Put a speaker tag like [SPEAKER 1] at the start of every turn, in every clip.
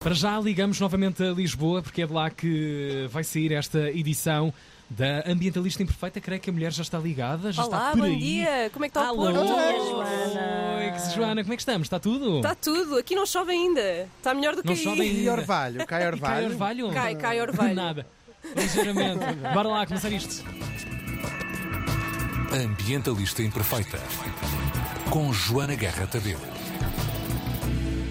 [SPEAKER 1] Para já ligamos novamente a Lisboa, porque é de lá que vai sair esta edição da Ambientalista Imperfeita. Creio que a mulher já está ligada, já
[SPEAKER 2] Olá,
[SPEAKER 1] está por
[SPEAKER 2] bom
[SPEAKER 1] aí.
[SPEAKER 2] dia! Como é que está o
[SPEAKER 3] Alô,
[SPEAKER 2] Porto?
[SPEAKER 1] Oi, que- Joana, como é que estamos? Está tudo?
[SPEAKER 2] Está tudo, aqui não chove ainda. Está melhor do que
[SPEAKER 1] Não
[SPEAKER 2] aí.
[SPEAKER 1] chove ainda.
[SPEAKER 4] E orvalho, cai
[SPEAKER 1] E cai
[SPEAKER 4] orvalho.
[SPEAKER 1] orvalho?
[SPEAKER 2] Cai, cai orvalho.
[SPEAKER 1] Nada. Ligeiramente. Bora lá começar isto.
[SPEAKER 5] Ambientalista Imperfeita. Com Joana Guerra Tadeu.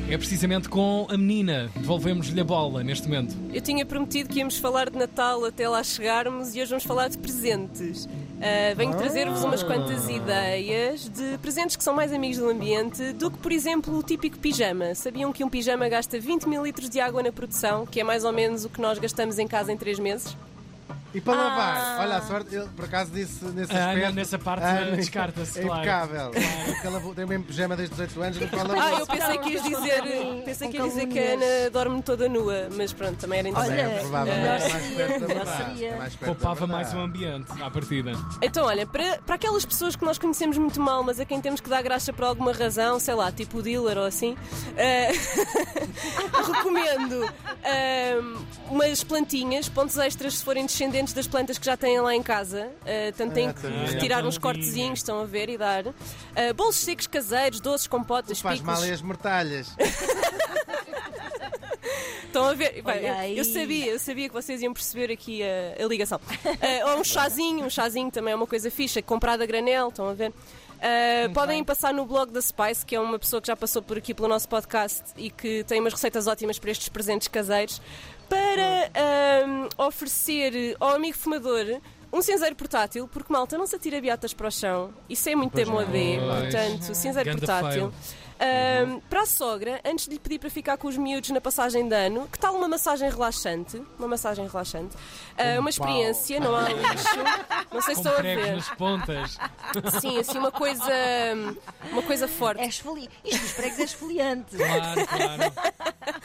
[SPEAKER 1] É precisamente com a menina. Devolvemos-lhe a bola neste momento.
[SPEAKER 2] Eu tinha prometido que íamos falar de Natal até lá chegarmos e hoje vamos falar de presentes. Ah, venho trazer-vos umas quantas ideias de presentes que são mais amigos do ambiente do que, por exemplo, o típico pijama. Sabiam que um pijama gasta 20 mil litros de água na produção, que é mais ou menos o que nós gastamos em casa em 3 meses?
[SPEAKER 4] E para
[SPEAKER 2] Ah.
[SPEAKER 4] lavar, olha a sorte, eu por acaso disse nesse
[SPEAKER 1] Ah,
[SPEAKER 4] aspecto.
[SPEAKER 1] não, nessa parte,
[SPEAKER 4] não,
[SPEAKER 1] descarta-se,
[SPEAKER 4] É
[SPEAKER 1] claro.
[SPEAKER 4] impecável. Porque ela tem mesmo pijama desde 18 anos, não fala
[SPEAKER 2] Ah,
[SPEAKER 4] muito.
[SPEAKER 2] eu pensei que ias dizer, pensei que, ias dizer que a Ana dorme toda nua, mas pronto, também era
[SPEAKER 4] Também
[SPEAKER 2] interessante.
[SPEAKER 4] é
[SPEAKER 3] Olha,
[SPEAKER 4] provavelmente
[SPEAKER 3] melhor
[SPEAKER 4] mais
[SPEAKER 3] seria,
[SPEAKER 4] perto da
[SPEAKER 3] melhor
[SPEAKER 4] verdade.
[SPEAKER 3] seria.
[SPEAKER 4] É mais perto da
[SPEAKER 1] Poupava mais o
[SPEAKER 4] verdade.
[SPEAKER 1] ambiente à partida.
[SPEAKER 2] Então, olha, para, para aquelas pessoas que nós conhecemos muito mal, mas a quem temos que dar graça por alguma razão, sei lá, tipo o dealer ou assim, eh, recomendo eh, umas plantinhas, pontos extras se forem descendentes das plantas que já têm lá em casa. Eh, portanto, têm
[SPEAKER 4] Ah, também.
[SPEAKER 2] que retirar uns
[SPEAKER 1] Plantinha.
[SPEAKER 2] cortezinhos, estão a ver, e dar. Eh, bolos secos caseiros, doces, compotas,
[SPEAKER 4] Faz mal é
[SPEAKER 2] picos.
[SPEAKER 4] as mortalhas.
[SPEAKER 2] Estão a ver? Bem,
[SPEAKER 3] Olha aí.
[SPEAKER 2] eu, eu sabia, eu sabia que vocês iam perceber aqui a, a ligação. Eh, ou um chazinho, um chazinho também é uma coisa fixa, comprado a granel, estão a ver? Eh, podem passar no blog da Spice, que é uma pessoa que já passou por aqui pelo nosso podcast e que tem umas receitas ótimas para estes presentes caseiros, para ahm, oferecer ao amigo fumador um cinzeiro portátil, porque malta não se atira beatas para o chão, isso é muito
[SPEAKER 4] Pois não.
[SPEAKER 2] demodé,
[SPEAKER 1] Pois.
[SPEAKER 2] portanto, cinzeiro
[SPEAKER 1] Ganda
[SPEAKER 2] portátil.
[SPEAKER 1] fail.
[SPEAKER 2] Ahm, para a sogra, antes de lhe pedir para ficar com os miúdos na passagem de ano, que tal uma massagem relaxante? Uma massagem relaxante. Ah, uma experiência, não há lixo. Não sei se
[SPEAKER 1] Com
[SPEAKER 2] estão a
[SPEAKER 1] pregos
[SPEAKER 2] ver.
[SPEAKER 1] nas pontas.
[SPEAKER 2] Sim, assim, uma coisa, hum, uma coisa forte.
[SPEAKER 3] É esfoli... Isto dos pregos é esfoliante.
[SPEAKER 1] Claro, claro.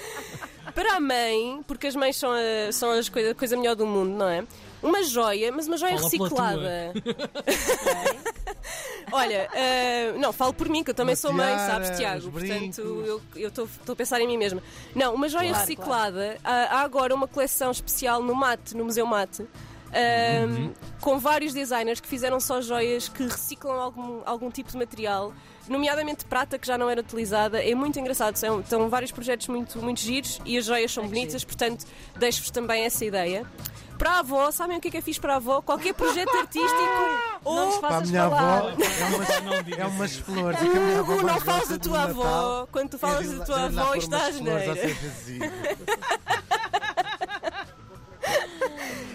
[SPEAKER 2] Para a mãe, porque as mães são a, são as coisa, a coisa melhor do mundo, não é? Uma joia, mas uma joia
[SPEAKER 1] Fala pela
[SPEAKER 2] reciclada. Olha, ah, não, falo por mim, que eu também
[SPEAKER 4] Uma
[SPEAKER 2] sou mãe,
[SPEAKER 4] tiara,
[SPEAKER 2] sabes,
[SPEAKER 4] os
[SPEAKER 2] Tiago? Portanto,
[SPEAKER 4] brincos.
[SPEAKER 2] eu eu estou a pensar em mim mesma. Não, uma joia
[SPEAKER 3] Claro,
[SPEAKER 2] reciclada. Há, há agora uma coleção especial no Mate, no Museu Mate. ahm,
[SPEAKER 4] Uhum.
[SPEAKER 2] Com vários designers que fizeram só joias que reciclam algum, algum tipo de material, nomeadamente prata que já não era utilizada, é muito engraçado. São, estão vários projetos muito, muito giros e as joias são bonitas, portanto, deixo-vos também essa ideia. Para a avó, sabem o que é que é fixe para a avó? Qualquer projeto artístico oh,
[SPEAKER 3] Não nos
[SPEAKER 2] ou
[SPEAKER 4] Para a
[SPEAKER 3] faças
[SPEAKER 4] minha
[SPEAKER 3] falar.
[SPEAKER 4] avó, é umas,
[SPEAKER 1] Não digas
[SPEAKER 4] é
[SPEAKER 1] isso.
[SPEAKER 4] umas flores. É que a minha avó
[SPEAKER 2] Hugo, Uh, não
[SPEAKER 4] mais
[SPEAKER 2] falas
[SPEAKER 4] gosta
[SPEAKER 2] da
[SPEAKER 4] do
[SPEAKER 2] tua avó.
[SPEAKER 4] Natal.
[SPEAKER 2] Quando tu
[SPEAKER 4] É
[SPEAKER 2] falas
[SPEAKER 4] de
[SPEAKER 2] da
[SPEAKER 4] lá-
[SPEAKER 2] tua
[SPEAKER 4] de lá
[SPEAKER 2] avó,
[SPEAKER 4] pôr umas
[SPEAKER 2] estás
[SPEAKER 4] flores ao
[SPEAKER 2] neira.
[SPEAKER 4] seu vizinho.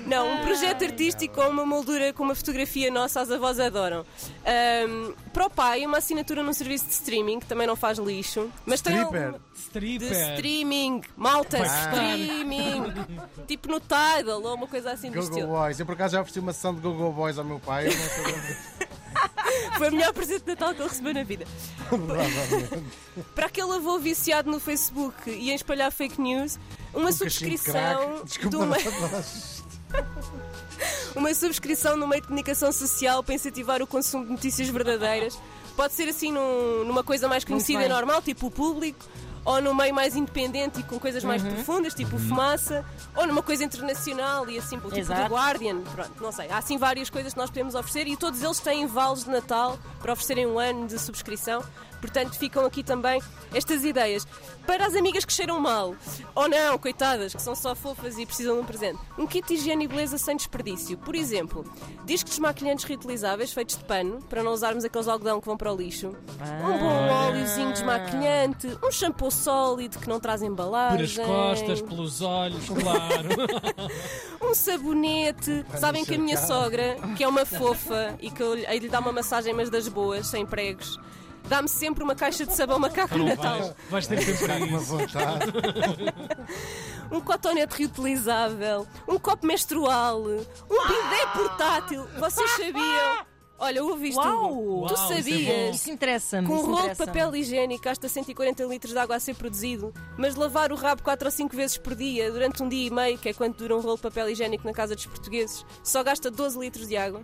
[SPEAKER 2] Não, um projeto artístico ou uma moldura com uma fotografia nossa, as avós adoram. Ahm, para o pai, uma assinatura num serviço de streaming, que também não faz lixo. Mas tem
[SPEAKER 4] Stripper.
[SPEAKER 2] alguma- De
[SPEAKER 1] Stripper.
[SPEAKER 2] streaming, malta,
[SPEAKER 1] Vai custar.
[SPEAKER 2] streaming. tipo no Tidal ou uma coisa assim do
[SPEAKER 4] Gogo
[SPEAKER 2] estilo.
[SPEAKER 4] Boys. Eu por acaso já ofereci uma sessão de Gogo Boys ao meu pai. Eu não sei é
[SPEAKER 2] Foi o melhor presente de Natal que ele recebeu na vida. para aquele avô viciado no Facebook e em espalhar fake news, uma
[SPEAKER 4] um cachinho de
[SPEAKER 2] subscrição
[SPEAKER 4] crack. Desculpa,
[SPEAKER 2] de uma.
[SPEAKER 4] mas-
[SPEAKER 2] Uma subscrição no meio de comunicação social para incentivar o consumo de notícias verdadeiras. Pode ser assim num- numa coisa mais conhecida e
[SPEAKER 3] bem.
[SPEAKER 2] normal, tipo o público, ou num meio mais independente e com coisas mais
[SPEAKER 3] Uhum.
[SPEAKER 2] profundas, tipo o fumaça, ou numa coisa internacional e assim, pelo tipo do
[SPEAKER 3] Exato.
[SPEAKER 2] Guardian. Pronto, não sei. Há assim várias coisas que nós podemos oferecer e todos eles têm vales de Natal para oferecerem um ano de subscrição. Portanto, ficam aqui também estas ideias. Para as amigas que cheiram mal, ou não, coitadas, que são só fofas e precisam de um presente, um kit de higiene e beleza sem desperdício. Por exemplo, discos maquilhantes reutilizáveis feitos de pano, para não usarmos aqueles de algodão que vão para o lixo. Um bom óleozinho desmaquilhante, um shampoo sólido que não traz embalagem.
[SPEAKER 1] Pelas costas, pelos olhos, claro.
[SPEAKER 2] um sabonete. Sabem que a minha sogra, que é uma fofa e que eu lhe- hei de lhe dar uma massagem, mas das boas, sem pregos, dá-me sempre uma caixa de sabão macaco no
[SPEAKER 1] Não
[SPEAKER 3] Tá
[SPEAKER 2] Natal.
[SPEAKER 1] vais, vais ter tempo para
[SPEAKER 4] Uma
[SPEAKER 1] isso.
[SPEAKER 4] vontade.
[SPEAKER 2] Um cotonete reutilizável, um copo menstrual, um bidé portátil. Vocês sabiam? Olha, ouviste?
[SPEAKER 3] Uau!
[SPEAKER 2] Hugo?
[SPEAKER 1] Uau,
[SPEAKER 2] Tu
[SPEAKER 1] isso é
[SPEAKER 2] sabias?
[SPEAKER 3] Eh, Isso interessa-me.
[SPEAKER 2] Com um
[SPEAKER 3] isso
[SPEAKER 2] rolo de
[SPEAKER 3] interessa-me.
[SPEAKER 2] papel higiênico gasta 140 litros de água a ser produzido, mas lavar o rabo 4 ou 5 vezes por dia, durante um dia e meio, que é quanto dura um rolo de papel higiênico na casa dos portugueses, só gasta 12 litros de água.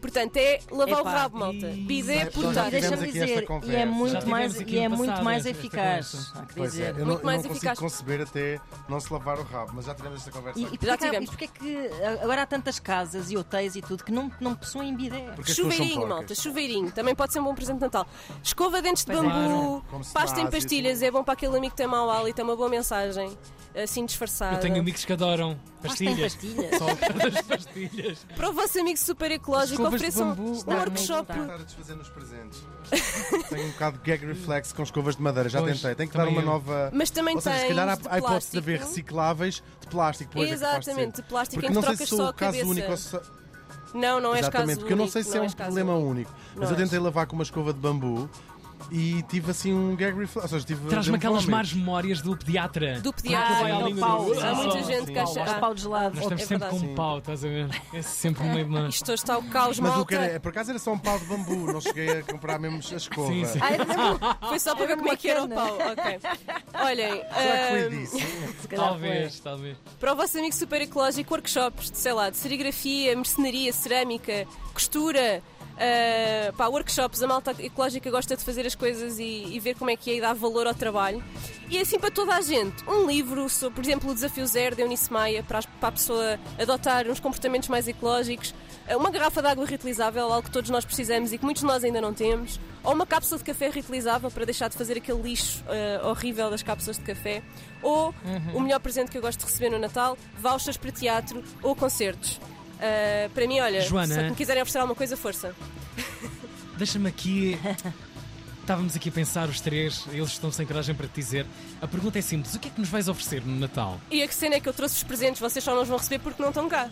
[SPEAKER 2] Portanto, é lavar
[SPEAKER 3] Epá.
[SPEAKER 2] o rabo, malta. é
[SPEAKER 1] Ih.
[SPEAKER 2] Bidê,
[SPEAKER 4] Nós já
[SPEAKER 3] E
[SPEAKER 2] portanto.
[SPEAKER 4] tivemos
[SPEAKER 3] deixa-me
[SPEAKER 4] aqui esta
[SPEAKER 3] dizer,
[SPEAKER 4] conversa.
[SPEAKER 3] e é
[SPEAKER 1] Já
[SPEAKER 3] muito
[SPEAKER 1] tivemos
[SPEAKER 3] mais,
[SPEAKER 1] aqui
[SPEAKER 3] e é
[SPEAKER 1] no
[SPEAKER 3] muito
[SPEAKER 1] passado
[SPEAKER 3] mais
[SPEAKER 1] esta
[SPEAKER 3] eficaz.
[SPEAKER 1] conversa.
[SPEAKER 3] há que
[SPEAKER 4] Pois é,
[SPEAKER 3] dizer.
[SPEAKER 4] eu não,
[SPEAKER 2] mais
[SPEAKER 4] eu não consigo
[SPEAKER 2] eficaz.
[SPEAKER 4] conceber até não se lavar o rabo, mas já tivemos esta conversa.
[SPEAKER 3] E,
[SPEAKER 4] aqui.
[SPEAKER 3] e porque
[SPEAKER 2] Já
[SPEAKER 3] é que há-
[SPEAKER 2] tivemos.
[SPEAKER 3] e porque é que a- agora há tantas casas e hotéis e tudo que não, não possuem bidé?
[SPEAKER 4] Porque as pessoas são
[SPEAKER 2] Chuveirinho,
[SPEAKER 4] porcas.
[SPEAKER 2] malta, chuveirinho. Também pode ser um bom presente de Natal. Escova dentes de
[SPEAKER 3] Pois é.
[SPEAKER 2] bambu,
[SPEAKER 4] Claro. Como se
[SPEAKER 2] pasta em
[SPEAKER 4] faz,
[SPEAKER 2] pastilhas,
[SPEAKER 4] isso. né?
[SPEAKER 2] é bom para aquele amigo que tem mau hálito, é uma boa mensagem. Assim disfarçada.
[SPEAKER 1] Eu tenho amigos que adoram
[SPEAKER 3] Pasta em
[SPEAKER 1] pastilhas.
[SPEAKER 3] pastilhas.
[SPEAKER 1] Só das pastilhas.
[SPEAKER 2] Para o vosso amigo super ecológico,
[SPEAKER 1] Escovas de
[SPEAKER 2] ofereçam
[SPEAKER 1] bambu.
[SPEAKER 2] um
[SPEAKER 1] Está
[SPEAKER 2] workshop.
[SPEAKER 3] muito,
[SPEAKER 4] Tentar desfazer nos presentes. Tenho um bocado de gag reflex com escovas de madeira, já
[SPEAKER 1] Pois,
[SPEAKER 4] tentei. Tenho que dar
[SPEAKER 1] também
[SPEAKER 4] uma
[SPEAKER 1] eu.
[SPEAKER 4] nova.
[SPEAKER 2] Mas também
[SPEAKER 4] Ou seja, se
[SPEAKER 2] tens
[SPEAKER 4] calhar há,
[SPEAKER 2] de
[SPEAKER 4] há hipótese de
[SPEAKER 2] plástico.
[SPEAKER 4] haver recicláveis de plástico. Pois é capaz de ser.
[SPEAKER 2] Exatamente, de plástico
[SPEAKER 4] Porque
[SPEAKER 2] em que
[SPEAKER 4] não sei
[SPEAKER 2] trocas
[SPEAKER 4] se sou
[SPEAKER 2] só a
[SPEAKER 4] o caso
[SPEAKER 2] cabeça.
[SPEAKER 4] único ou se...
[SPEAKER 2] Não, não és caso
[SPEAKER 4] Exatamente, porque eu não
[SPEAKER 2] único,
[SPEAKER 4] sei se é um
[SPEAKER 2] és caso
[SPEAKER 4] problema
[SPEAKER 2] único.
[SPEAKER 4] único. Mas
[SPEAKER 2] Não é.
[SPEAKER 4] eu
[SPEAKER 2] és.
[SPEAKER 4] tentei lavar com uma escova de bambu e tive assim um gag reflex. Ou seja, tive. um
[SPEAKER 1] Traz-me
[SPEAKER 4] deu-me
[SPEAKER 1] aquelas
[SPEAKER 4] fome.
[SPEAKER 1] más memórias do pediatra.
[SPEAKER 2] Do
[SPEAKER 1] Ah,
[SPEAKER 2] pediatra,
[SPEAKER 1] vai à
[SPEAKER 2] não,
[SPEAKER 1] língua
[SPEAKER 2] Paulo.
[SPEAKER 1] do-
[SPEAKER 2] Há
[SPEAKER 1] Ah,
[SPEAKER 2] muita
[SPEAKER 1] sim.
[SPEAKER 2] gente que
[SPEAKER 4] Paulo,
[SPEAKER 2] acha.
[SPEAKER 3] Aos
[SPEAKER 2] Ah,
[SPEAKER 3] pau de lado.
[SPEAKER 1] Nós estamos
[SPEAKER 2] É
[SPEAKER 1] sempre
[SPEAKER 2] verdade.
[SPEAKER 1] com um pau, estás a ver? É sempre no meio de nós.
[SPEAKER 2] isto hoje está o caos,
[SPEAKER 4] Mas o que
[SPEAKER 2] malta.
[SPEAKER 4] era, por acaso era só um pau de bambu, não cheguei a comprar mesmo a escova.
[SPEAKER 1] Sim, sim.
[SPEAKER 3] Ai,
[SPEAKER 2] Foi só para ver
[SPEAKER 3] Era
[SPEAKER 2] como é que era o
[SPEAKER 3] bacana.
[SPEAKER 2] pau.
[SPEAKER 1] né?
[SPEAKER 2] Ok. Olhem,
[SPEAKER 4] Será que foi
[SPEAKER 2] ahm,
[SPEAKER 4] disso?
[SPEAKER 3] se calhar
[SPEAKER 1] Talvez, talvez.
[SPEAKER 2] para o vosso amigo super ecológico, workshops de, sei lá, de serigrafia, mercenaria, cerâmica, costura. ah, pá, workshops, a malta ecológica gosta de fazer as coisas e, e ver como é que é e dar valor ao trabalho. E assim para toda a gente, um livro sobre, por exemplo, o Desafio Zero da Eunice Maia, para, as- para a pessoa adotar uns comportamentos mais ecológicos, ah, uma garrafa de água reutilizável, algo que todos nós precisamos e que muitos de nós ainda não temos, ou uma cápsula de café reutilizável para deixar de fazer aquele lixo ah, horrível das cápsulas de café, ou o melhor presente que eu gosto de receber no Natal, vouchers para teatro ou concertos. Ah, para mim, olha,
[SPEAKER 1] Joana.
[SPEAKER 2] se me quiserem oferecer alguma coisa, força.
[SPEAKER 1] Deixa-me aqui. Estávamos aqui a pensar, os três, eles estão sem coragem para te dizer. A pergunta é simples: o que é que nos vais oferecer no Natal?
[SPEAKER 2] E a que cena é que eu trouxe os presentes, vocês só não os vão receber porque não estão cá.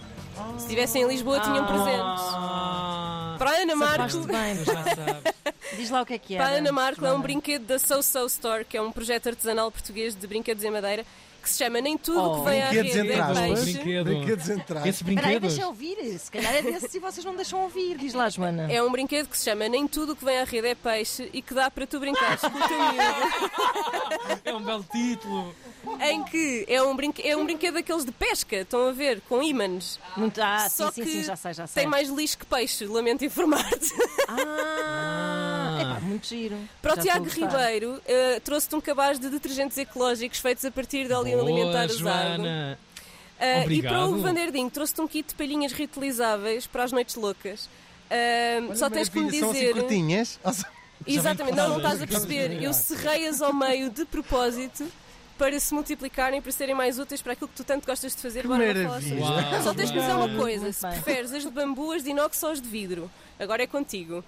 [SPEAKER 2] Se estivessem em Lisboa, tinham presentes.
[SPEAKER 1] Ah,
[SPEAKER 2] Para a Ana Marco,
[SPEAKER 3] Safaste bem.
[SPEAKER 1] tu já sabes.
[SPEAKER 3] Diz lá o que é que é.
[SPEAKER 2] Para a Ana Marco é um brinquedo da So So Store, que é um projeto artesanal português de brinquedos em madeira, que se chama Nem Tudo
[SPEAKER 3] Oh.
[SPEAKER 2] que vem à
[SPEAKER 4] Brinquedos
[SPEAKER 2] rede
[SPEAKER 4] entre
[SPEAKER 2] é
[SPEAKER 4] aspas.
[SPEAKER 2] peixe.
[SPEAKER 1] Brinquedo.
[SPEAKER 4] Brinquedos entrar.
[SPEAKER 1] Esses
[SPEAKER 3] Peraí,
[SPEAKER 1] brinquedos.
[SPEAKER 3] deixa eu ouvir. Se calhar é desse e vocês não deixam ouvir. Diz lá, Joana.
[SPEAKER 2] É um brinquedo que se chama Nem Tudo que vem à rede é peixe e que dá para tu brincares com o teu miúdo.
[SPEAKER 1] É um belo título.
[SPEAKER 2] Em que é um, brinque... é um brinquedo daqueles de pesca, estão a ver, com ímãs.
[SPEAKER 3] Muito... Ah,
[SPEAKER 2] Só
[SPEAKER 3] sim, sim,
[SPEAKER 2] que
[SPEAKER 3] sim, já sei, já sei.
[SPEAKER 2] tem mais lixo que peixe, lamento informar-te.
[SPEAKER 3] Ah, epá, muito giro.
[SPEAKER 2] Para o
[SPEAKER 3] Já
[SPEAKER 2] Tiago
[SPEAKER 3] estou a gostar.
[SPEAKER 2] Ribeiro, eh, trouxe-te um cabaz de detergentes ecológicos feitos a partir de óleo um alimentar
[SPEAKER 1] Boa,
[SPEAKER 2] usado.
[SPEAKER 1] Joana.
[SPEAKER 2] Ah, e
[SPEAKER 1] Obrigado.
[SPEAKER 2] para o Vanderdinho, trouxe-te um kit de palhinhas reutilizáveis para as noites loucas. Ah,
[SPEAKER 4] Olha,
[SPEAKER 2] só tens que me
[SPEAKER 4] maravilha, São assim
[SPEAKER 2] dizer.
[SPEAKER 4] curtinhas. Ou seja,
[SPEAKER 2] Exatamente,
[SPEAKER 1] Já
[SPEAKER 2] não,
[SPEAKER 1] vem
[SPEAKER 2] não
[SPEAKER 1] cortadas.
[SPEAKER 2] estás a perceber. Eu serrei-as ao meio de propósito para se multiplicarem, para serem mais úteis para aquilo que tu tanto gostas de fazer.
[SPEAKER 4] Que
[SPEAKER 2] Bora lá falar
[SPEAKER 4] maravilha.
[SPEAKER 2] sobre
[SPEAKER 1] Uau,
[SPEAKER 2] isso. Só tens que dizer uma
[SPEAKER 1] Joana.
[SPEAKER 2] coisa:
[SPEAKER 3] Muito
[SPEAKER 2] se
[SPEAKER 3] bem.
[SPEAKER 2] preferes as de bambu, as de inox ou as de vidro. Agora é contigo.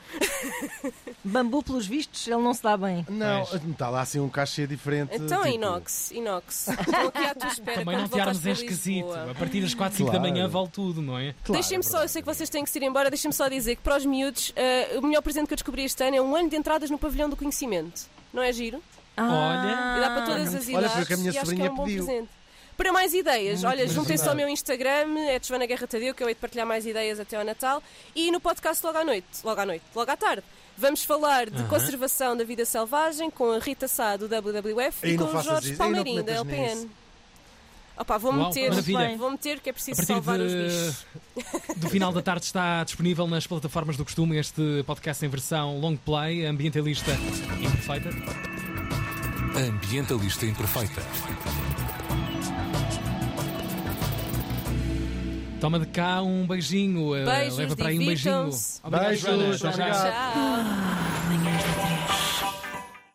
[SPEAKER 3] Bambu, pelos vistos, ele não se dá bem.
[SPEAKER 4] Não,
[SPEAKER 1] Pois.
[SPEAKER 4] está lá assim um cachê diferente.
[SPEAKER 2] Então é
[SPEAKER 4] tipo,
[SPEAKER 2] inox, inox. Estou aqui à tua espera.
[SPEAKER 1] Também
[SPEAKER 2] quando
[SPEAKER 1] não te
[SPEAKER 2] voltares
[SPEAKER 1] armes é
[SPEAKER 2] para
[SPEAKER 1] esquisito.
[SPEAKER 2] Lisboa.
[SPEAKER 1] A partir das 4, 5 da
[SPEAKER 4] Claro.
[SPEAKER 1] manhã vale tudo, não é?
[SPEAKER 4] claro,
[SPEAKER 2] deixem-me só, eu sei que vocês têm que se ir embora, deixem-me só dizer que para os miúdos, eh, o melhor presente que eu descobri este ano é um ano de entradas no pavilhão do conhecimento. Não é giro?
[SPEAKER 1] Olha.
[SPEAKER 2] E dá
[SPEAKER 3] Ah.
[SPEAKER 2] para todas as
[SPEAKER 4] olha, foi o
[SPEAKER 2] idades.
[SPEAKER 4] que a minha
[SPEAKER 2] e acho que é
[SPEAKER 4] sobrinha
[SPEAKER 2] um bom
[SPEAKER 4] pediu. Hum,
[SPEAKER 2] presente. Para mais ideias, olha, juntem-se
[SPEAKER 4] verdade.
[SPEAKER 2] ao meu Instagram, é de Joana Guerra Tadeu, que eu hei de partilhar mais ideias até ao Natal, e no podcast logo à noite, logo à noite, logo à tarde. Vamos falar de conservação da vida selvagem com a Rita Sá do WWF e,
[SPEAKER 4] Ei, não
[SPEAKER 2] com o
[SPEAKER 4] faças
[SPEAKER 2] Jorge
[SPEAKER 4] isso. Ei, não te
[SPEAKER 2] Palmeirim da
[SPEAKER 4] metas
[SPEAKER 2] LPN.
[SPEAKER 4] nisso.
[SPEAKER 2] Opa, vou
[SPEAKER 1] Uau,
[SPEAKER 2] meter,
[SPEAKER 1] maravilha.
[SPEAKER 2] vou meter que é preciso
[SPEAKER 1] A partir
[SPEAKER 2] salvar os
[SPEAKER 1] de-
[SPEAKER 2] bichos.
[SPEAKER 1] Do final da tarde está disponível nas plataformas do costume este podcast em versão long play, ambientalista imperfeita.
[SPEAKER 5] A ambientalista imperfeita.
[SPEAKER 1] Toma de cá um beijinho, eh,
[SPEAKER 2] Beijos,
[SPEAKER 1] leva para aí um beijinho.
[SPEAKER 2] divirtam-se.
[SPEAKER 1] Obrigado,
[SPEAKER 4] Beijos,
[SPEAKER 1] Joana. Até já.
[SPEAKER 4] obrigado.
[SPEAKER 2] Tchau.